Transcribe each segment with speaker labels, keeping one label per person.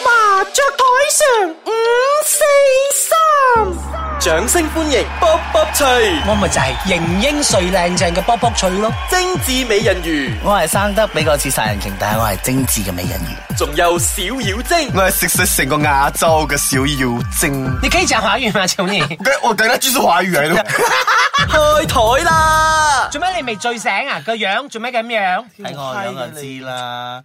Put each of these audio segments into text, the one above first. Speaker 1: 着台上五四三，掌聲歡迎卜卜脆，
Speaker 2: 我咪就係型英帥靚正嘅卜卜脆咯，
Speaker 1: 精緻美人魚，
Speaker 2: 我係生得比較似殺人鯨，但係我係精緻嘅美人魚。
Speaker 1: 仲有小妖精。
Speaker 3: 我係食食成個亞洲嘅小妖精。
Speaker 2: 你可以講華語嘛， 少年？
Speaker 3: 我等下繼續華語嚟咯。
Speaker 1: 開台啦！
Speaker 2: 做咩你未醉醒啊？個樣做咩咁樣？
Speaker 4: 睇我樣就知啦。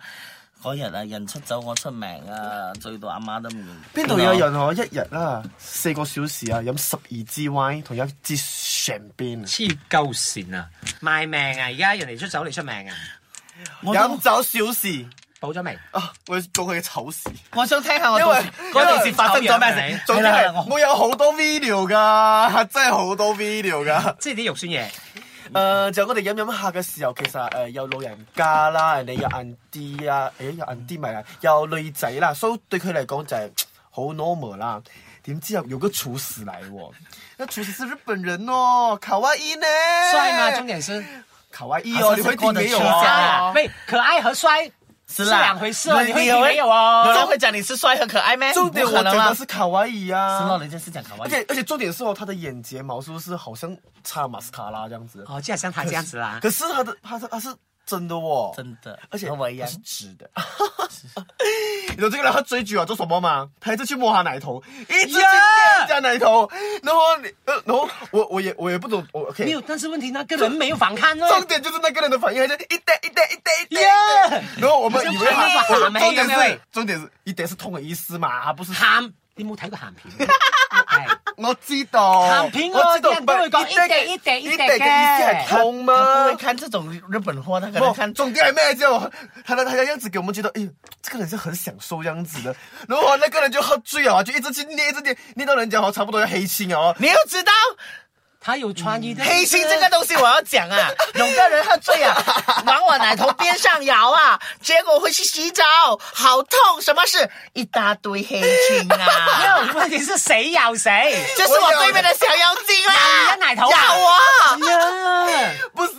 Speaker 4: 嗰日啊，人出走我出名啊，醉到阿媽都唔認。
Speaker 3: 邊度有人可以一日啦四個小時啊，飲十二支 wine 同一支 champagne。啊
Speaker 2: 黐鳩線啊！賣命啊！而家人哋出走，你出名啊！
Speaker 4: 我都
Speaker 3: 飲酒小事
Speaker 2: 補咗未？
Speaker 3: 啊，我要做佢嘅醜事。
Speaker 4: 我想聽下我
Speaker 3: 因
Speaker 4: 到
Speaker 3: 為
Speaker 4: 時嗰陣時發生咗咩事。
Speaker 3: 啊總之
Speaker 4: 係啦
Speaker 3: 係我有好多 video 㗎，真係好多 video 㗎。
Speaker 2: 即係啲肉酸嘢。
Speaker 3: 誒、呃就我哋飲飲下嘅時候，其實誒、呃有老人家啦，人哋有銀啲啊，誒有銀啲咪啊，有女仔啦，所以對佢嚟講就係好 normal 啦。點知有有個廚師嚟喎，那廚師是日本人哦，卡哇伊呢？
Speaker 2: 帥嗎？重點是
Speaker 3: 卡哇伊
Speaker 4: 啊
Speaker 3: 哦，
Speaker 4: 是
Speaker 3: 你會點沒有
Speaker 4: 過得去
Speaker 3: 啊
Speaker 4: 啊？
Speaker 2: 喂，可愛和帥
Speaker 4: 是
Speaker 2: 是
Speaker 4: 啦
Speaker 2: 兩回事哦。
Speaker 4: 你
Speaker 2: 你會
Speaker 4: 有
Speaker 2: 點沒有
Speaker 4: 有
Speaker 2: 哦？
Speaker 4: 人會講你是帥和可愛咩？
Speaker 3: 重點
Speaker 4: 不
Speaker 3: 我
Speaker 4: 可
Speaker 3: 覺
Speaker 4: 能啊
Speaker 3: 得是卡哇伊
Speaker 4: 是咯，
Speaker 3: 啊，
Speaker 4: 人家是講可愛
Speaker 3: 而。且而且重點是哦，他的眼睫毛是不是好像擦 mascara 這樣子？
Speaker 2: 哦，就好像他這樣子啦。
Speaker 3: 可是他的他是他是真的哦，
Speaker 4: 真的，
Speaker 3: 而且
Speaker 4: 和我一
Speaker 3: 它
Speaker 4: 樣
Speaker 3: 是直的。你知道这个人他追剧啊，做什么吗？他一直去摸他奶头，一直去捏人家奶头，然后你呃，然后我我也我也不懂，我 OK
Speaker 2: 沒。有，但是問題那個人沒有反抗咯。
Speaker 3: 重点就是那个人的反应，还是一点一点一点一点。
Speaker 2: Yeah！
Speaker 3: 然后我们以为
Speaker 2: 好像看
Speaker 3: 他，
Speaker 2: 到
Speaker 3: 我
Speaker 2: 喊没
Speaker 3: 重
Speaker 2: 有
Speaker 3: 点
Speaker 2: 没有
Speaker 3: 是重点是一点是痛的意思嘛，他不是。
Speaker 2: 鹹，你冇睇過鹹 片？哎係
Speaker 3: 我知道，
Speaker 2: 喊平
Speaker 3: 我
Speaker 2: 哦
Speaker 3: 知道
Speaker 2: 啲，人都會講
Speaker 3: 不是
Speaker 2: 一点一点一
Speaker 3: 一
Speaker 2: 点
Speaker 3: 点嘅意思係
Speaker 2: 嘅
Speaker 3: 痛
Speaker 4: 他不
Speaker 3: 嗎
Speaker 4: 會？看這種日本貨，他可能
Speaker 3: 不
Speaker 4: 看，
Speaker 3: 重点还没就他的他的样子给我们觉得，哎呦，这个人是很享受样子的。然后那个人就喝醉了啊，就一直去捏，一直捏，捏到人家好像差不多要黑青哦。
Speaker 4: 你要知道。
Speaker 2: 他有穿衣的
Speaker 4: 黑心这个东西我要讲啊， 有个人喝醉啊，往我奶头边上摇啊，结果回去洗澡，好痛，什么事？一大堆黑青
Speaker 2: 没
Speaker 4: 啊，
Speaker 2: 有，问题是谁咬谁？
Speaker 4: 就是我对面的小妖精啦，
Speaker 2: 咬你的奶头啊
Speaker 4: 咬我，
Speaker 2: 哎呀，
Speaker 3: 不是，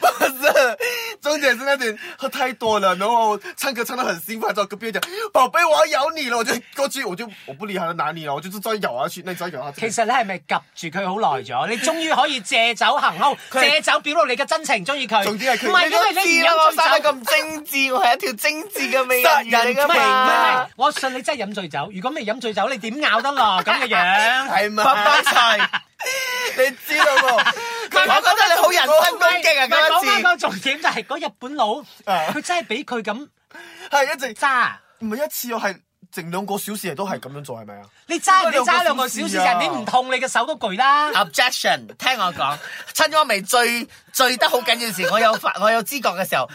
Speaker 3: 不是，重点是那天喝太多了，然后唱歌唱得很兴奋，找隔壁讲，宝贝，我要咬你了，我就过去，我就我不理他，拿你了，我就是这样咬下去，那你只要咬下去。
Speaker 2: 其 實你係咪及住佢好耐咗？你終於可以借酒行兇，
Speaker 4: 係
Speaker 2: 借酒表露你嘅真情，中意佢。
Speaker 3: 重點係佢
Speaker 2: 唔係因為
Speaker 4: 知啊
Speaker 2: 你唔
Speaker 4: 啦，我
Speaker 2: 飲醉
Speaker 4: 生得
Speaker 2: 酒。
Speaker 4: 咁精致，我係一條精致嘅美人魚嚟
Speaker 2: 唔係唔係
Speaker 4: 噶
Speaker 2: 唔係
Speaker 4: 嘛，，
Speaker 2: 我信你真係飲醉酒。如果未飲醉酒，你點咬得落咁嘅樣？
Speaker 3: 系嘛？
Speaker 4: 不幫襯，
Speaker 3: 你知道 冇？
Speaker 4: 我覺得你 好人身攻擊啊，
Speaker 2: 唔係講
Speaker 4: 嗰
Speaker 2: 翻
Speaker 4: 一次，
Speaker 2: 個重點就係嗰日本佬，
Speaker 3: 啊
Speaker 2: 佢真係俾佢咁
Speaker 3: 係一直
Speaker 2: 揸。
Speaker 3: 唔係一次，我係整兩個小時都係咁樣做，係咪啊？
Speaker 2: 你揸你
Speaker 3: 應該
Speaker 2: 揸
Speaker 3: 兩
Speaker 2: 兩
Speaker 3: 個
Speaker 2: 個
Speaker 3: 小
Speaker 2: 小
Speaker 3: 時
Speaker 2: 時，
Speaker 3: 啊
Speaker 2: 人哋唔痛，你嘅手都攰啦。
Speaker 4: 啊 Objection，聽我講，趁我未醉醉得好緊要時，我有發 我有知覺嘅時候，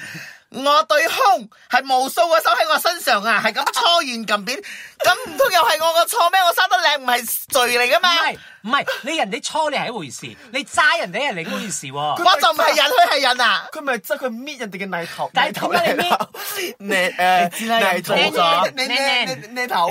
Speaker 4: 我對胸係無數個手喺我身上啊，係咁搓完撳扁，咁唔通又係我個錯咩？我生得靚唔係罪嚟噶嘛
Speaker 2: 唔？係唔係，你人哋初你係一回事，你揸人哋係另一回事喎。
Speaker 4: 我就唔係人，佢係人啊！
Speaker 3: 佢咪即係佢搣人哋嘅奶頭，
Speaker 2: 但係點解你搣
Speaker 3: 奶誒
Speaker 4: 你知啦
Speaker 3: 奶頭
Speaker 4: 飲醉咗
Speaker 3: 奶奶奶奶頭，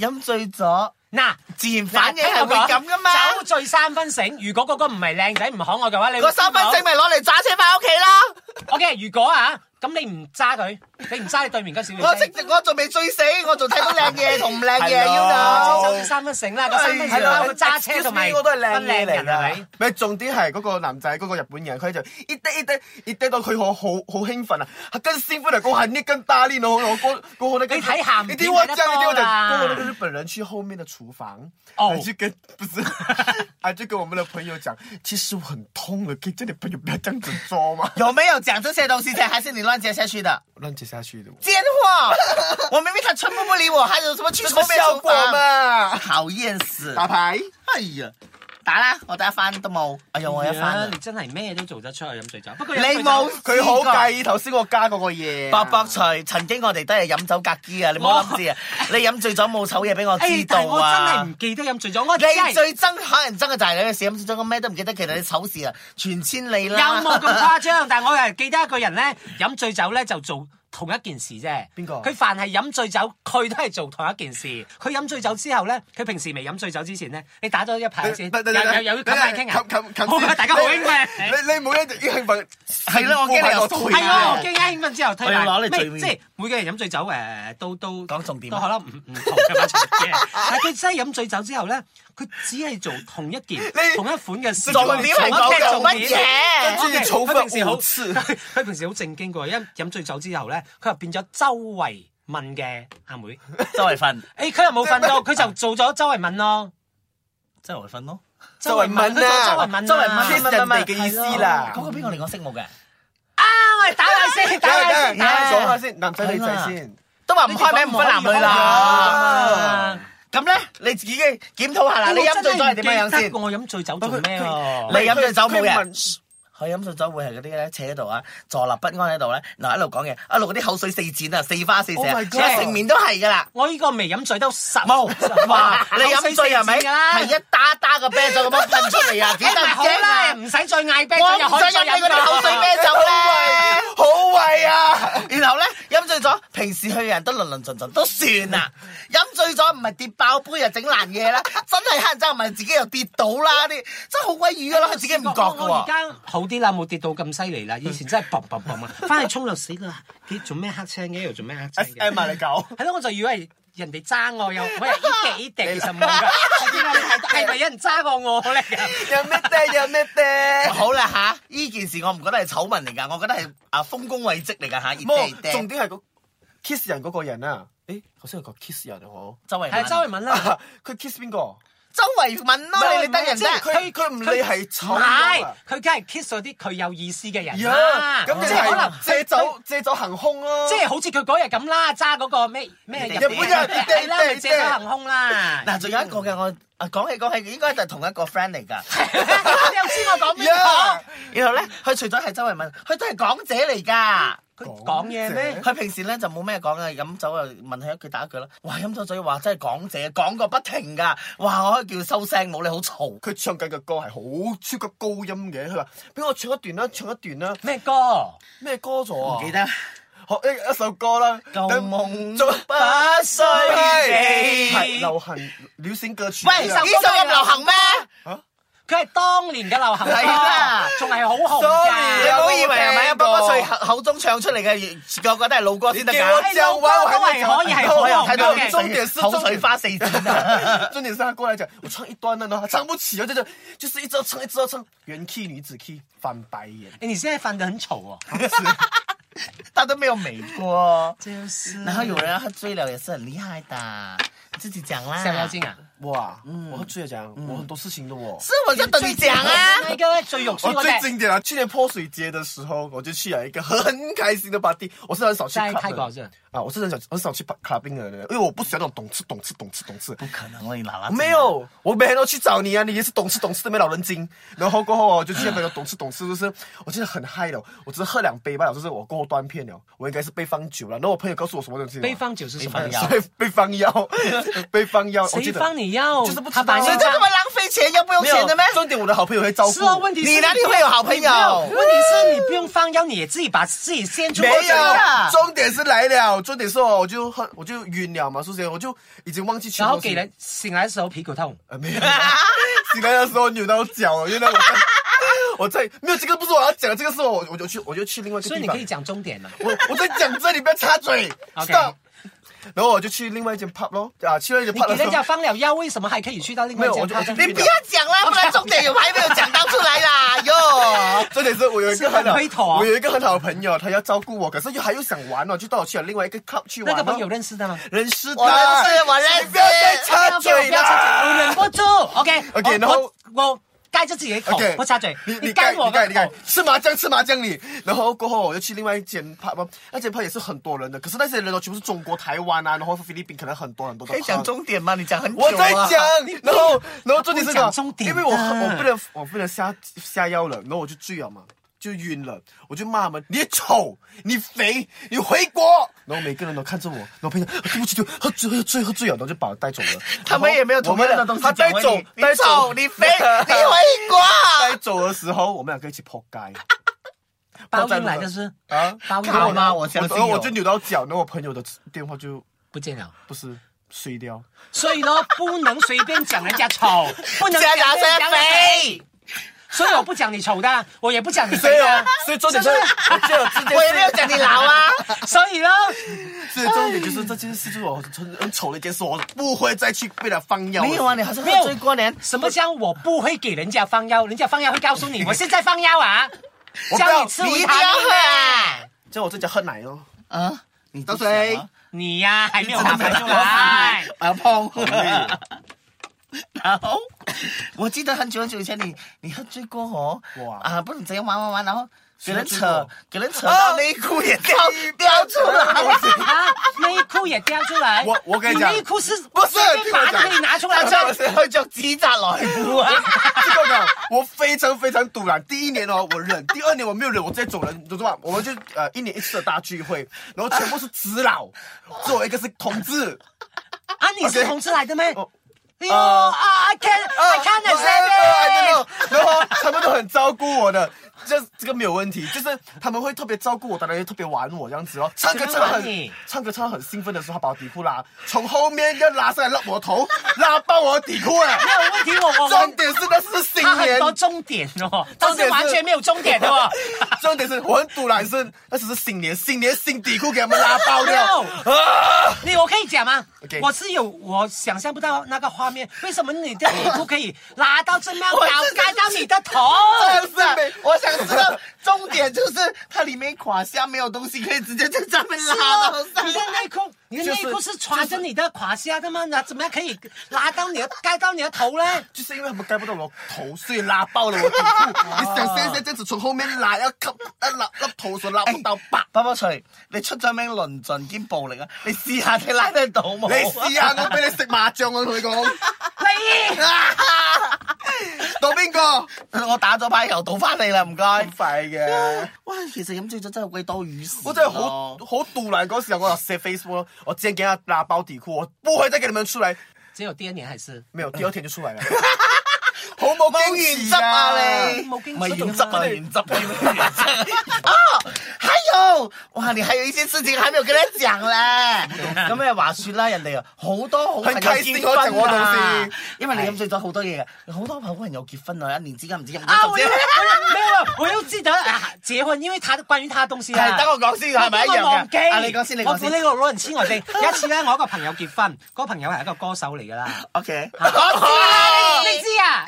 Speaker 4: 飲醉咗，
Speaker 2: 嗱，
Speaker 4: 自然反應係會咁噶嘛？
Speaker 2: 酒醉三分醒，如果嗰個唔係靚仔唔可愛嘅話，你啊
Speaker 4: 個三分證咪攞嚟揸車翻屋企啦！
Speaker 2: O K，如果啊，咁你唔揸佢，你唔揸你對面嗰小
Speaker 4: 我
Speaker 2: 妖精
Speaker 4: 直，我仲未醉死，我仲睇到靚嘢同唔靚嘢
Speaker 3: 係咯
Speaker 4: ，you
Speaker 2: 酒醉三分醒啦，個三分醒
Speaker 4: 係啦
Speaker 2: 包括揸車同埋
Speaker 3: Excuse me，我都係靚嘢嚟
Speaker 2: 人係
Speaker 3: 㗎
Speaker 2: 咪？。
Speaker 3: 咪重點係嗰個男仔，嗰個日本人，佢就一滴一滴一滴到佢好好好興奮啊！他跟興奮的跟我喊你跟大力，然後我過過後那個
Speaker 2: 你睇鹹片
Speaker 3: 一定我
Speaker 2: 睇得
Speaker 3: 這樣，一定我
Speaker 2: 多啦
Speaker 3: 講，過後那個日本人去後面的廚房，
Speaker 2: 哦
Speaker 3: 還去跟不是，還去跟我們的朋友講，其實我很痛了，可以叫你朋友不要這樣子做嗎？
Speaker 4: 有没有讲这些东西才还是你乱接下去的？
Speaker 3: 亂接下去的，
Speaker 4: 贱货！我明明他全部不理我，还有什么去
Speaker 3: 這
Speaker 4: 后
Speaker 3: 個
Speaker 4: 面
Speaker 3: 效果嘛？
Speaker 4: 讨厌死！
Speaker 3: 打牌。
Speaker 4: 哎呀，打啦，我打一翻都冇。哎呀，我一翻啦
Speaker 2: 你。真係咩都做得出去飲醉酒，不過
Speaker 4: 你
Speaker 2: 飲醉酒
Speaker 4: 冇
Speaker 3: 佢好介意頭先我加嗰個嘢啊，
Speaker 4: 博博除，曾經我哋都係飲酒格機啊！你唔好諗住啊，你飲醉咗冇醜嘢俾我知
Speaker 3: 哎
Speaker 2: 誒
Speaker 4: 道
Speaker 2: 但係我真係
Speaker 4: 啊！
Speaker 2: 唔記得飲醉酒，我真
Speaker 4: 你
Speaker 2: 係
Speaker 4: 最憎可人憎嘅就係你嘅事，飲醉咗我咩都唔記得，其實你醜事啊，全千里
Speaker 2: 有
Speaker 4: 啦。
Speaker 2: 冇咁誇張？但係我係記得一個人咧，飲醉酒咧就做同一件事啫。
Speaker 3: 邊個
Speaker 2: 佢凡係飲醉酒，佢都係做同一件事。佢飲醉酒之後咧，佢平時未飲醉酒之前咧，你打咗一排先，又又又要冚埋傾啊！好啊，大家好興奮。係咯，我驚啱興奮之後推
Speaker 4: 我要攞
Speaker 2: 埋，
Speaker 4: 你最
Speaker 2: 咩即係每個人飲醉酒誒，都都
Speaker 4: 講重點
Speaker 2: 都可
Speaker 4: 啊
Speaker 2: 能 唔唔同嘅嘛重點。但係佢真係飲醉酒之後咧，佢只係做同一件同一款嘅事，
Speaker 4: 重點係講做乜嘢
Speaker 2: 重點
Speaker 3: 跟住重複
Speaker 2: 佢平時好
Speaker 3: 五 次
Speaker 2: 佢平時好正經嘅喎，一飲醉酒之後咧，佢又變咗周圍問嘅阿妹。
Speaker 4: 周圍瞓，
Speaker 2: 誒，佢又冇瞓到，佢就做咗周圍問咯。
Speaker 4: 周圍瞓咯。
Speaker 3: 周圍問啊
Speaker 2: 周圍問啊，
Speaker 4: 周圍問
Speaker 2: 係咯
Speaker 3: 人哋嘅意思啦
Speaker 4: 嗰個邊個嚟講識冇嘅？
Speaker 2: 啊，喂，打下 先，打下先，打下先。
Speaker 4: 都話唔開名唔分男女啦。咁咧，你自己檢討
Speaker 2: 哎
Speaker 4: 下啦。你飲醉咗係點樣樣先？
Speaker 2: 我飲醉酒做咩
Speaker 4: 你
Speaker 2: 喎？
Speaker 4: 飲醉酒冇人，佢飲醉酒會係嗰啲咧，扯喺度啊，坐立不安喺度咧，嗱一路講嘢，一路嗰啲口水四濺啊，四花四射
Speaker 3: Oh my
Speaker 4: 啊，
Speaker 3: God
Speaker 4: 成面都係噶啦。
Speaker 2: 我呢個未飲醉都十
Speaker 4: 冇話 你飲醉係咪？係一打打個啤酒咁樣噴出嚟啊，幾得
Speaker 2: 好
Speaker 4: 驚
Speaker 2: 啦，
Speaker 4: 啊！
Speaker 2: 唔使再嗌啤
Speaker 4: 我
Speaker 2: 酒，又
Speaker 4: 唔
Speaker 2: 可以
Speaker 4: 想
Speaker 2: 再
Speaker 4: 飲你嗰
Speaker 2: 飲
Speaker 4: 啲口水啤酒咧。然後咧飲醉咗，平時去嘅人都論論盡盡都算啦。飲醉咗唔係跌爆杯啊又整爛嘢啦，真係乞人憎，唔係自己又跌倒啦啲，真係好鬼瘀噶啦，佢自己唔覺噶
Speaker 2: 我而
Speaker 4: 喎。
Speaker 2: 家好啲啦，冇跌到咁犀利啦。以前真係嘣嘣嘣 啊！翻去沖就死啦。你做咩黑青嘅？又做咩黑青嘅？ 係咯，我就以為人哋爭我又，我又呢幾滴其實冇㗎。係咪有人爭過我咧？
Speaker 4: 好啦吓，呢件事我唔覺得係醜聞嚟㗎，我覺得係啊豐功偉績嚟㗎吓，熱地地
Speaker 2: 係周慧敏啦。
Speaker 4: 周圍問周圍問咯，你你得人啫。
Speaker 2: 唔係，
Speaker 3: à?
Speaker 2: 佢梗係 kiss 咗啲佢有意思嘅
Speaker 3: Dạ,
Speaker 2: 人啦。即係可能
Speaker 3: 啊
Speaker 2: 即係好似佢嗰日咁啦，揸嗰個咩咩
Speaker 4: 日本
Speaker 3: 人
Speaker 2: 係啦，咪
Speaker 3: 掟
Speaker 2: 借咗行空啦。
Speaker 4: 嗱，仲有一個嘅我啊講起講起，應該就係同一個 friend 嚟㗎。
Speaker 2: 你又知我講邊個？
Speaker 4: 然後咧，佢除咗係周圍問，佢都係港姐嚟㗎。
Speaker 2: 佢講嘢咩？
Speaker 4: 佢平時咧就冇咩講嘅，飲酒就問佢一句打一句啦。哇，飲咗嘴話真係講者，講個不停㗎。哇，我可以叫佢收聲冇，你好嘈。
Speaker 3: 佢唱緊嘅歌係好超級高音嘅，佢話俾我唱一段啦，唱一段啦，
Speaker 2: 咩歌？
Speaker 3: 咩歌咗啊？
Speaker 4: 唔記得
Speaker 3: 學一一首歌啦，
Speaker 4: 舊夢
Speaker 3: 做
Speaker 4: 不須
Speaker 3: 係
Speaker 4: 記。
Speaker 3: 流行流行歌曲。
Speaker 4: 喂，呢首咁流行咩？
Speaker 2: 佢係當年嘅流行
Speaker 4: 係啦
Speaker 2: 歌，仲係好紅
Speaker 3: 啊 Sorry
Speaker 4: 你
Speaker 2: 㗎
Speaker 3: 啊。
Speaker 4: 唔好以為
Speaker 3: 我
Speaker 4: 係咪啊？
Speaker 3: 冇聽過
Speaker 4: 波波翠口中唱出嚟嘅，我覺得係老歌先得
Speaker 3: 你叫我
Speaker 4: 㗎。
Speaker 2: 哎老歌都係可以係好
Speaker 4: 我又
Speaker 2: 紅
Speaker 4: 睇到
Speaker 2: 嘅。
Speaker 3: 重點是
Speaker 4: 口水花四濺 啊！
Speaker 3: 重點是他過來講，我唱一段啦，然後他唱不起，就就就是一直要唱，一直要唱，原 key 女子 key 翻白眼。
Speaker 2: 哎你現在翻得很醜哦。
Speaker 4: 但都沒有美 過。
Speaker 2: 就是
Speaker 4: 然後有人他追了也是很厲害的，你自己講啦。
Speaker 2: 小妖精啊！
Speaker 3: 哇，我最講，我很多事情的
Speaker 2: 嗯
Speaker 3: 我。
Speaker 4: 是我在等你講啊。
Speaker 2: 那個最肉酸
Speaker 3: 我
Speaker 2: 嗰
Speaker 3: 最
Speaker 2: 隻
Speaker 3: 經典啊！去年潑水節的時候，我就去了一個很開心的 party。我是很少去
Speaker 2: 在
Speaker 3: club 的
Speaker 2: 泰國是吧
Speaker 3: 啊，我是很少很少去 clubbing 的人，因為我不喜歡那種懂吃懂吃懂吃懂吃。
Speaker 4: 不可能，我你
Speaker 2: 啊
Speaker 4: 拿拿。
Speaker 3: 没有，我每天都去找你啊，你也是懂吃懂吃的没老 人精。然后过后我就去那边懂吃懂吃，就是我真的很嗨的，我只是喝两杯罢了，就是我过后断片了，我应该是被放酒了。然后我朋友告诉我什么东西？
Speaker 2: 被放酒是什
Speaker 4: 被
Speaker 2: 麼
Speaker 4: 放？ 藥
Speaker 3: 被被 放药，被放药。我
Speaker 2: 誰
Speaker 3: 记得
Speaker 2: 放你要？
Speaker 3: 就是不知
Speaker 2: 他
Speaker 3: 道
Speaker 2: 把你
Speaker 4: 所以
Speaker 2: 放
Speaker 4: 就這麼浪費錢又不用
Speaker 3: 没有
Speaker 4: 錢的咩？
Speaker 3: 重點我的好朋友会照
Speaker 2: 啊是啊，
Speaker 3: 顾。
Speaker 2: 問題是
Speaker 4: 你哪裡會有好朋友
Speaker 2: 沒問題是你不用放腰，你也自己把自己先出
Speaker 3: 没
Speaker 2: 去
Speaker 3: 有
Speaker 2: 了，，
Speaker 3: 重点是来了，重点是哦我我就喝我就晕了嘛，是不是？我就已经忘记去。
Speaker 2: 然後給人醒來的時候屁股痛。
Speaker 3: 呃，没有。 醒来的时候扭到脚了，原来我在 我在没有这个不是我要讲的，这个是我我就去我就去另外一个地
Speaker 2: 所
Speaker 3: 方。
Speaker 2: 以你可以讲终点嘛。
Speaker 3: 我我在讲这里，不要插嘴
Speaker 2: OK
Speaker 3: ，stop。然后我就去另外一间 pub 咯，啊，去了一间
Speaker 2: 你
Speaker 3: pub
Speaker 2: 给
Speaker 3: 的时
Speaker 2: 人家
Speaker 3: 候，
Speaker 2: 放了药，为什么还可以去到另外一
Speaker 3: 没有
Speaker 2: 家
Speaker 3: 我就
Speaker 2: 咖啡
Speaker 3: 我就
Speaker 4: 你不要講啦，不然重點有還沒有講到出來啦，喲。
Speaker 3: 重点是我有一个
Speaker 2: 是很
Speaker 3: 很好
Speaker 2: 推头啊
Speaker 3: 我有一个很好的朋友，他要照顾我，可是又还又想玩哦，就带我去了另外一个 club 去玩
Speaker 2: 那
Speaker 3: 咯。
Speaker 2: 个朋友认识的吗？
Speaker 3: 认识的，
Speaker 4: 我认识我认识
Speaker 3: 你不要再插
Speaker 2: 不要
Speaker 3: 嘴
Speaker 2: 不要插嘴，我忍
Speaker 3: 啦。
Speaker 2: 不住。OK
Speaker 3: OK，
Speaker 2: 我
Speaker 3: 然后
Speaker 2: 我我盖着自己的口
Speaker 3: OK，，
Speaker 2: 不插嘴。
Speaker 3: 你你
Speaker 2: 盖
Speaker 3: 盖
Speaker 2: 我
Speaker 3: 你盖
Speaker 2: 的
Speaker 3: 你盖
Speaker 2: 口，，
Speaker 3: 吃麻将吃麻将你。然后过后我又去另外一间 pub，哦那间 pub 也是很多人的，可是那些人都全部是中国、台湾啊，然后菲律宾可能很多很多都
Speaker 4: 可以講重點嗎？你講很久
Speaker 3: 我在
Speaker 4: 啊
Speaker 3: 讲，然后然后重点是
Speaker 2: 不
Speaker 3: 什么
Speaker 2: 讲重？点
Speaker 3: 因为我
Speaker 2: 的
Speaker 3: 我不能我不能下下药了，然后我就醉了嘛，就晕了，我就骂他们：你丑，你肥，你回国。然后每个人都看着我，然后朋友对不起，对不起喝醉喝醉喝醉了，然后就把我带走了。
Speaker 4: 他們也沒有同樣的東西
Speaker 3: 他带
Speaker 4: 講
Speaker 3: 走
Speaker 4: 你你
Speaker 3: 带走
Speaker 4: 臭你肥你回 国
Speaker 3: 带走的时候，我们两个一起扑街。
Speaker 2: 报应来就是
Speaker 3: 啊，
Speaker 2: 报应
Speaker 4: 靠
Speaker 2: 来
Speaker 4: 妈
Speaker 2: 了，
Speaker 4: 我相信
Speaker 3: 我我
Speaker 4: 有
Speaker 3: 就扭到脚，然后我朋友的电话就
Speaker 2: 不见了。
Speaker 3: 不是碎掉。
Speaker 2: 所以咯，不能随便讲人家丑，不能
Speaker 4: 家
Speaker 2: 讲
Speaker 4: 打
Speaker 2: 人家
Speaker 4: 声肥，
Speaker 2: 所以我不讲你丑的，我也不讲你
Speaker 3: 所以
Speaker 2: 肥的
Speaker 3: 哦。，所以重 点是，我就有这件
Speaker 4: 我也没有讲你老啊。
Speaker 2: 所以咯，
Speaker 3: 所以重点 就是这件事，就是我很很丑的一件事，我不会再去被他放药。
Speaker 4: 没有啊，你好像
Speaker 2: 没有
Speaker 4: 喝醉过年。
Speaker 2: 什么叫我不会给人家放药？人家放药会告诉你，我现在放药啊，
Speaker 3: 我不要
Speaker 2: 叫你吃
Speaker 4: 你
Speaker 2: 维
Speaker 4: 一定
Speaker 2: 他
Speaker 4: 要
Speaker 2: 命
Speaker 4: 喝
Speaker 2: 啊。
Speaker 4: 啊！
Speaker 3: 叫我在家喝奶哦。
Speaker 4: 啊，你
Speaker 3: 倒水
Speaker 4: 啊
Speaker 2: 你呀、还没有打牌出来。
Speaker 4: 我要碰
Speaker 3: 累。
Speaker 4: 然后 我记得很久很久以前你，你喝醉过哦，
Speaker 3: 哇
Speaker 4: 啊，不懂怎样玩玩玩，然后给人
Speaker 3: 谁喝醉
Speaker 4: 扯
Speaker 3: 过，
Speaker 4: 给人扯到内裤也掉 掉出
Speaker 3: 哦
Speaker 4: 来。
Speaker 2: 啊，内裤也掉出来。
Speaker 3: 我我跟你讲
Speaker 2: 内裤是
Speaker 3: 不是
Speaker 2: 随便把它
Speaker 3: 听我讲
Speaker 2: 可以拿出来
Speaker 4: 他就
Speaker 2: 的。
Speaker 4: 是去着指甲內褲啊！
Speaker 3: 这个呢，我非常非常堵然。第一年哦，我忍；第二年我没有忍，我直接走人，你知道吗？我们就呃一年一次的大聚会，然后全部是直佬，只有一个是同 志。
Speaker 2: 啊，你是
Speaker 3: OK
Speaker 2: 同志来的咩？
Speaker 3: 哦
Speaker 2: 哎呦啊，I can I can
Speaker 3: 我 I
Speaker 2: understand
Speaker 3: don't know 然后他们都很照顾我的，这这个没有问题，就是他们会特别照顾我，当然也特别玩我这样子哦。唱歌唱得
Speaker 2: 怎么玩你
Speaker 3: 很，唱歌唱得很兴奋的时候，他把我底裤拉，从后面要拉上来拉我头，拉爆我的底裤哎！
Speaker 2: 没有问题，我我
Speaker 3: 重
Speaker 2: 我
Speaker 3: 点是那是新
Speaker 2: 他很
Speaker 3: 年，
Speaker 2: 多终点哦，但是完全没有终点的 哦。
Speaker 3: 重点是我很突然是那只是新年，新年新底裤给他们拉爆掉。啊
Speaker 2: No 你我可以讲吗
Speaker 3: OK
Speaker 2: 我是有我想象不到那个画面，为什么你的内裤可以拉到这么 高，盖到你的头？
Speaker 4: 不是啊，我想知道重点就是它里面垮下没有东西可以直接就上面
Speaker 2: 是
Speaker 4: 拉到
Speaker 2: 哦，
Speaker 4: 上
Speaker 2: 你的
Speaker 4: 來。
Speaker 2: 内裤，你的内裤
Speaker 3: 就是
Speaker 2: 是穿着你的垮下的吗？那怎么样可以拉到你的盖到你的头呢？
Speaker 3: 就是因为他们盖不到我头，所以拉爆了我底裤。 你想象一下，这样子从后面拉，要吸，要拉，拉头，所以拉不到白。
Speaker 4: 包包除，你出咗名論盡兼暴力啊！你試下你拉得到
Speaker 2: 哦
Speaker 4: 冇？
Speaker 3: 你試下，我俾你食麻醬，我同 你啊講，
Speaker 2: 你
Speaker 3: 到邊個？
Speaker 4: 我打咗牌又倒翻你啦，唔該。
Speaker 3: 快嘅，
Speaker 4: 哇，其實飲醉咗真係好鬼多雨事。
Speaker 3: 我真係好
Speaker 4: 哦
Speaker 3: 好堵然嗰時候，我就寫 Facebook 咯，我之前給他拉包底褲，我不會再給你們出來。
Speaker 2: 只有第二年还是
Speaker 3: 沒有，第二天就出來了，好冇
Speaker 4: 冇
Speaker 3: 經
Speaker 4: 原
Speaker 3: 驗
Speaker 4: 汁啊你，
Speaker 2: 冇經驗
Speaker 4: 唔係原汁
Speaker 2: 嗰種
Speaker 4: 啊，
Speaker 2: 啊
Speaker 4: 原汁添 哦，還有，哇！你還有一些事情還沒有跟他 講咧。咁咩話説啦，人哋啊好多好朋友
Speaker 3: 很開心
Speaker 4: 結
Speaker 3: 嗰陣
Speaker 4: 婚
Speaker 3: 我
Speaker 4: 啊
Speaker 3: 老師，
Speaker 4: 因為你飲醉咗好多嘢嘅，好多好朋友結婚啊，一年之間唔知飲
Speaker 2: 啊？
Speaker 4: 咗
Speaker 2: 我
Speaker 4: 十
Speaker 2: 又
Speaker 4: 支
Speaker 2: 我。又没有了，我又記得啊，結婚，因為他關於他的東西啊。
Speaker 4: 係等我講先，係咪一
Speaker 2: 我
Speaker 4: 樣
Speaker 2: 都忘記
Speaker 4: 嘅？啊，你講先，你
Speaker 2: 我
Speaker 4: 講
Speaker 2: 估
Speaker 4: 先
Speaker 2: 呢。個老人痴 呆症。有一次咧，我一個朋友結婚，嗰個朋友係一個歌手嚟㗎啦。
Speaker 4: O K，
Speaker 2: 啊你知啊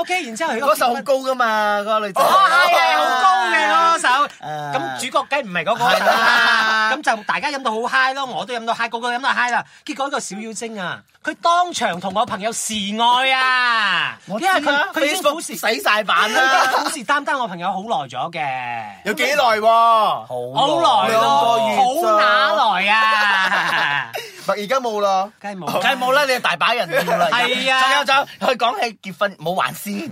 Speaker 2: ？OK，然之後佢
Speaker 4: 嗰首
Speaker 2: 首
Speaker 4: 好高噶嘛，嗰個女仔。
Speaker 2: 哦，係啊，好高嘅歌手。
Speaker 4: 啊
Speaker 2: 咁主角梗唔係嗰個
Speaker 4: 係啦
Speaker 2: 啦。咁就大家飲到好 high 咯，我都飲到 high，個個飲到 high 啦。結果呢個小妖精啊，佢當場同我朋友示愛啊，因
Speaker 4: 我
Speaker 2: 為
Speaker 4: 知啊
Speaker 2: 佢佢已經
Speaker 4: Facebook
Speaker 2: 虎視
Speaker 4: 洗晒版啦
Speaker 2: 佢已經虎視眈眈我朋友好耐咗嘅，
Speaker 3: 有幾耐喎？
Speaker 2: 好耐咯，
Speaker 3: 兩個月咋
Speaker 2: 好哪來啊？
Speaker 3: 但而家冇啦。
Speaker 2: 梗係
Speaker 4: 梗係
Speaker 2: 冇。
Speaker 4: 冇啦，你大把人要啦。
Speaker 2: 係啊
Speaker 4: 仲有仲有，佢講起結婚冇還先，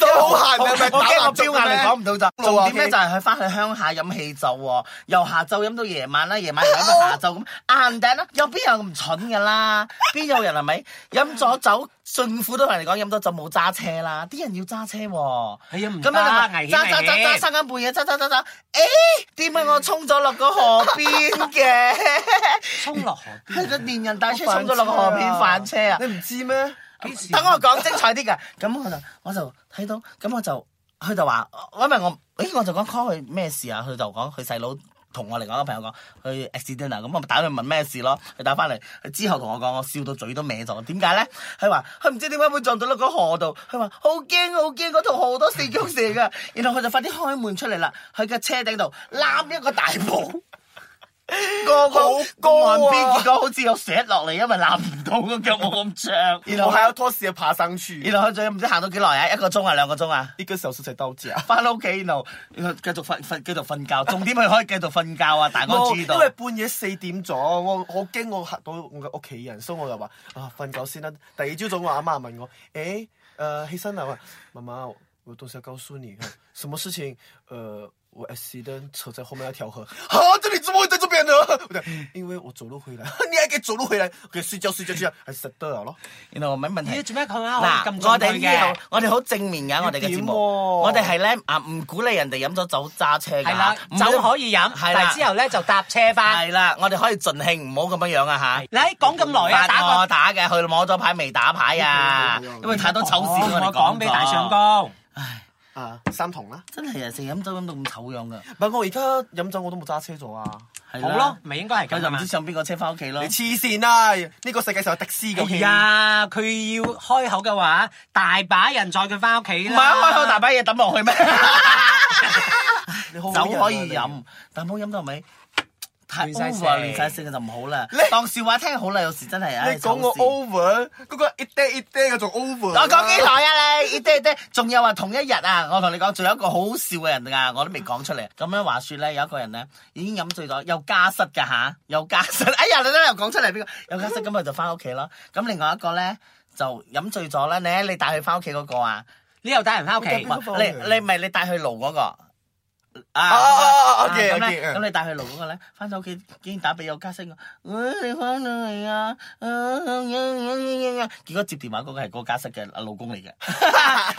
Speaker 3: 都好閒啊咪
Speaker 4: 我
Speaker 3: 打
Speaker 4: 我驚
Speaker 3: 蠟燭
Speaker 4: 我標眼
Speaker 3: 嘅咩
Speaker 4: 嚟講唔到咋。
Speaker 3: 路
Speaker 4: 重
Speaker 3: 啊
Speaker 4: 點咧
Speaker 3: ，K
Speaker 4: 就係佢翻去鄉下飲氣酒喎，由下晝飲到夜晚啦，夜晚又飲到下晝咁，晏頂啦，有邊有咁蠢噶啦？邊有人係咪飲咗酒？順苦都同人哋講飲咗酒冇揸車啦，啲人要揸車喎。
Speaker 2: 哎呀唔
Speaker 4: 咁
Speaker 2: 得
Speaker 4: 樣啦
Speaker 2: 危險
Speaker 4: 揸揸揸
Speaker 2: 危
Speaker 4: 揸
Speaker 2: 險
Speaker 4: 三更半夜揸揸揸揸，誒點解我衝咗落個河邊嘅？
Speaker 2: 衝落河邊，
Speaker 4: 係個電人帶車衝咗落個河邊反車啊！
Speaker 3: 你唔知咩？
Speaker 2: 幾時
Speaker 4: 等我講精彩啲㗎，咁我就我就睇到，咁我就佢就話，我因為我，咦我就講 call 佢咩事啊？佢就講佢細佬同我另外一個朋友講佢 accident 啊，咁我咪打佢問咩事咯，佢打翻嚟，佢之後同我講，我笑到嘴都歪咗，點解咧？佢話佢唔知點解會撞到落個河度，佢話好驚好驚，嗰度好多四腳蛇㗎，然後佢就快啲開門出嚟啦，佢嘅車頂度攬一個大埔。個個
Speaker 3: 好高啊
Speaker 4: 個岸邊，結果好似有石落嚟，因為攬唔到個腳冇咁長，然
Speaker 3: 我
Speaker 4: 後
Speaker 3: 還要拖鞋爬上去，
Speaker 4: 然後佢仲唔知行到幾耐啊？一個鐘啊，兩個鐘啊？
Speaker 3: 一個小時才到家。
Speaker 4: 翻屋企然後然後繼續瞓瞓繼續瞓覺，重點佢可以繼續瞓覺啊！大哥
Speaker 3: 冇
Speaker 4: 知
Speaker 3: 因
Speaker 4: 道。
Speaker 3: 為半夜四點咗，我我驚我嚇到我嘅屋企人，所以我就話啊瞓覺先啦。第二朝早我阿媽問我，誒、誒、起身啦，我話媽媽，我有東西要告訴你，什麼事情？誒、呃我 accident 车在后面要调和， 啊，这里怎么会在这边呢？ 我讲因为我走路回来，你还给走路回来，给睡覺睡覺 睡覺，係實得了咯。
Speaker 4: 原來我問問題。
Speaker 2: 咦做咩咁啊？我哋咁
Speaker 4: 嗱，我哋
Speaker 2: 中
Speaker 4: 呢
Speaker 2: 嘅
Speaker 4: 度，，我哋好正面㗎，我哋嘅節
Speaker 3: 點
Speaker 4: 目，
Speaker 3: 喎
Speaker 4: 我哋係咧啊，唔鼓勵人哋飲咗酒揸車㗎，
Speaker 2: 係啦，
Speaker 4: 唔
Speaker 2: 酒可以飲，但
Speaker 4: 係啦
Speaker 2: 係之後咧就搭車翻。
Speaker 4: 係啦，我哋可以盡興，唔好咁樣樣啊吓。
Speaker 2: 你講咁耐啊，打
Speaker 4: 我
Speaker 2: 個
Speaker 4: 打嘅，佢摸咗牌未打牌啊，因為太多醜事
Speaker 2: 我
Speaker 4: 哋
Speaker 2: 講俾大相。公。
Speaker 3: 啊，三同啦。
Speaker 4: 真係啊，成日飲酒飲到咁醜樣㗎，
Speaker 3: 唔係我而家飲酒我都冇揸車咗啊！
Speaker 4: 係
Speaker 2: 好
Speaker 4: 啦
Speaker 2: 咯，，咪應該係
Speaker 4: 佢
Speaker 2: 咁
Speaker 4: 就
Speaker 2: 啊
Speaker 4: 唔
Speaker 2: 嘛
Speaker 4: 知。上邊個車翻屋企咯
Speaker 3: 你。黐線啦！呢個世界上有的士咁
Speaker 2: 哎
Speaker 3: 嘅。
Speaker 2: 呀，佢要開口嘅話，大把人載佢翻屋企
Speaker 4: 唔
Speaker 2: 啦。
Speaker 4: 係開口大把嘢抌落去 咩？
Speaker 3: 你好好人啊
Speaker 4: 酒可以
Speaker 3: 你
Speaker 4: 飲，但唔好飲到尾。太
Speaker 2: 亂晒
Speaker 4: over
Speaker 2: 性
Speaker 4: 亂晒性就唔好啦
Speaker 3: 你，
Speaker 4: 當笑話聽好啦，有時真係唉。
Speaker 3: 你講我
Speaker 4: 醜事
Speaker 3: over，嗰個一爹一爹嘅仲 over 啦。
Speaker 4: 我講幾耐啊你？啲啲，仲有話同一日啊！我同你講，仲有一個好笑嘅人㗎，我都未講出嚟。咁樣話說咧，有一個人咧已經飲醉咗，有家室㗎 吓，有家室。哎呀，你都又講出嚟 邊個？有家室咁佢就翻屋企咯。咁另外一個咧就飲醉咗啦，你你帶佢翻屋企嗰個啊？
Speaker 2: 你又帶人翻屋企，
Speaker 3: 咁
Speaker 2: 咁
Speaker 3: 邊
Speaker 4: 你你咪你帶去路嗰個啊
Speaker 3: À, 啊
Speaker 4: 啊
Speaker 3: ，OK，
Speaker 4: 咁呢
Speaker 3: OK，嗯
Speaker 4: 咁你帶去路嗰個咧，翻到屋企竟然打俾有家聲我，誒你翻到嚟啊，啊嗯結果接電話嗰個係嗰個家室嘅老公 嚟嘅，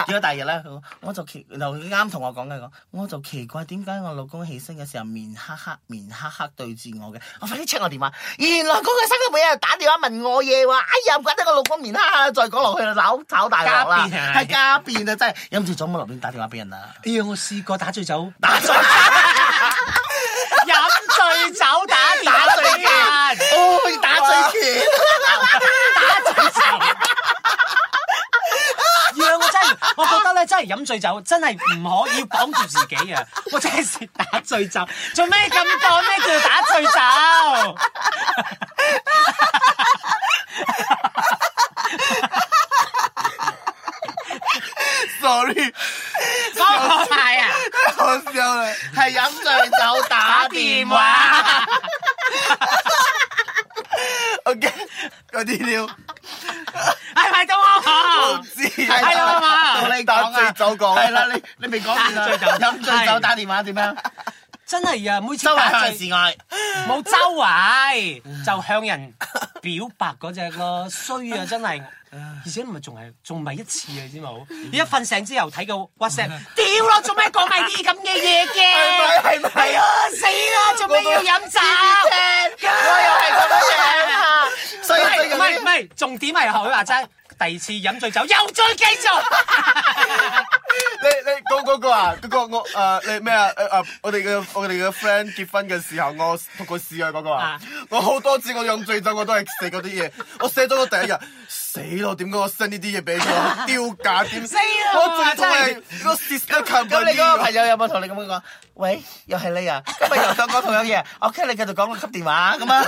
Speaker 4: 結果第二日咧，佢話我就奇，然後佢啱同我講嘅講，我就奇怪點解我老公起身嘅時候面黑黑面黑黑對住我嘅，我快啲 check 我電話，原來嗰個生日每日打電話問我嘢喎，哎呀唔怪得我老公面黑黑啦，再講落去啦，炒炒大鑊啦，
Speaker 2: 家變啊
Speaker 4: 係家變啊真係，飲住咗冇落邊打電話俾 人啊啦。
Speaker 2: 哎呀，我試過打醉酒，
Speaker 4: 打
Speaker 2: 飲
Speaker 4: 咗
Speaker 2: 醉酒打電話俾人
Speaker 4: 哦，打醉拳，
Speaker 2: 讓我真係，我覺得咧真係飲醉酒真係唔可以綁住自己啊！我真係食打醉酒，做咩咁講咩叫打醉酒？
Speaker 3: sorry，
Speaker 2: 我晒啊！
Speaker 3: 好笑啦。
Speaker 4: 係飲醉酒打 電話。
Speaker 3: OK，嗰啲料
Speaker 2: 係咪到我
Speaker 3: 我？知。
Speaker 2: 係啦嘛
Speaker 4: 同你講
Speaker 3: 打
Speaker 4: 啊
Speaker 3: 醉酒講
Speaker 4: 係啦，你你未講完啊
Speaker 2: 打醉酒
Speaker 4: 飲醉酒打電話點樣？
Speaker 2: 真係啊！每次
Speaker 4: 周圍
Speaker 2: 打
Speaker 4: 向
Speaker 2: 醉
Speaker 4: 示愛，
Speaker 2: 冇周圍，就向人表白嗰只 咯，衰啊真係！而且唔係仲係仲唔係一次啊，你知冇？一瞓醒之後睇個 WhatsApp，屌 啦，做咩講埋啲咁嘅嘢 嘅？
Speaker 3: 係咪係咪
Speaker 2: 係啊，死啦，做咩要飲酒？
Speaker 4: 我又係咁樣啊！所以最
Speaker 2: 唔
Speaker 4: 近
Speaker 2: 係唔
Speaker 4: 呢
Speaker 2: 係，重點係學佢話齋，第二次飲醉酒又再繼續。
Speaker 3: 你你嗰嗰個啊，嗰個我誒你咩啊誒誒，我哋嘅我哋嘅 friend 結婚嘅時候，我同佢試啊嗰個啊
Speaker 2: 啊，
Speaker 3: 我好多次我飲醉酒我都係寫嗰啲嘢，我寫咗個第一日，死咯！點解我 send 呢啲嘢俾佢？丟架點？
Speaker 2: 死啦
Speaker 3: 我最痛
Speaker 2: 真
Speaker 3: 係個 sister company 啊
Speaker 4: 咁你嗰個朋友有冇同你咁樣講？喂，又係你啊！今日又想講同樣嘢，我聽你繼續講個吸電話 咁啊！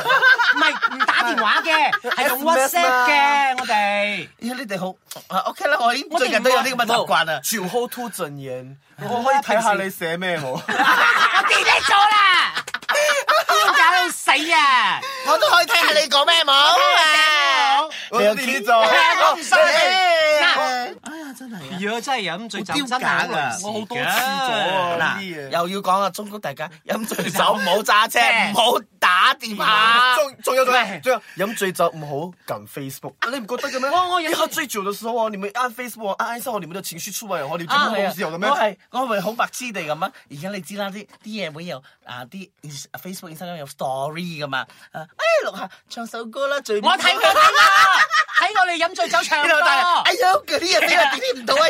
Speaker 2: 唔係唔打電話嘅，係用
Speaker 3: SMS
Speaker 2: WhatsApp 嘅，我哋。
Speaker 4: 咦，你哋好啊 OK 啦，我已經
Speaker 2: 我哋
Speaker 4: 最近都有啲咁嘅習慣啊。
Speaker 3: 酒後吐真言，我可以睇下你寫咩冇？
Speaker 2: 我 delete 咗啦，邊搞到死啊！
Speaker 4: 我都可以睇下你講咩冇啊！
Speaker 3: 我呢啲 就
Speaker 2: 我唔信
Speaker 4: 哎呀，真係啊！
Speaker 2: 如果真係飲醉酒，
Speaker 4: 好丟
Speaker 2: 真
Speaker 4: 架
Speaker 2: 係好難
Speaker 4: 㗎
Speaker 2: 事
Speaker 3: 我好多
Speaker 2: 㗎
Speaker 3: 次咗啊
Speaker 4: 嗱，
Speaker 3: 呢啲嘢
Speaker 4: 又要講啊，忠告大家飲醉酒唔好揸車，唔好打電話。
Speaker 3: 仲仲有仲
Speaker 2: 喂
Speaker 3: 有仲有，飲醉酒唔好撳 Facebook，你唔覺得 嘅咩？
Speaker 2: 我我飲
Speaker 3: 你喝醉酒的時候啊，你們按 Facebook 啊按按上後，你們的情緒出來，然後你全
Speaker 4: 啊
Speaker 3: 部東西有嘅咩
Speaker 4: 我？係我咪好白痴地咁啊！而家你知啦，啲啲嘢會有啊啲 ins- Facebook、Instagram 有 story 噶嘛？啊，哎錄下唱首歌啦，最
Speaker 2: 我睇過睇過，睇過你飲醉酒唱歌。
Speaker 4: 然後但係哎
Speaker 2: 唔
Speaker 4: 呀，嗰啲嘢俾我 delete 唔到啊！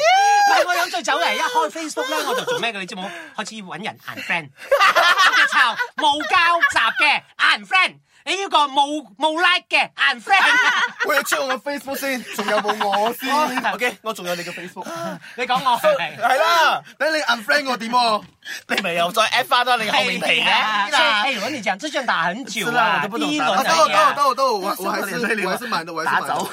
Speaker 2: 係我飲醉酒嚟，一開 Facebook 咧我就做咩嘅，你知冇？開始要揾人 unfriend，我嘅抄冇交集嘅 unfriend，你呢個冇冇 like 嘅 unfriend，
Speaker 3: 我要 check 我嘅 Facebook 先，仲有冇我 先？OK，我仲有你嘅 Facebook，
Speaker 2: 你講我係咪？
Speaker 3: 係啦，等你 unfriend 我點喎？
Speaker 4: 你咪又再 at 翻多你後面皮
Speaker 2: 哎呀
Speaker 4: 嘅。
Speaker 2: 哎，我跟你講，這仗打很久
Speaker 4: 是啦
Speaker 2: 啊，
Speaker 4: 我都不
Speaker 2: 第
Speaker 4: 懂
Speaker 2: 一
Speaker 4: 打
Speaker 2: 輪
Speaker 3: 啊，
Speaker 2: 而
Speaker 3: 等我
Speaker 2: 已啊
Speaker 3: 等我等我等我，我我還是我還是滿的，我還是
Speaker 4: 打
Speaker 3: 滿的
Speaker 4: 走。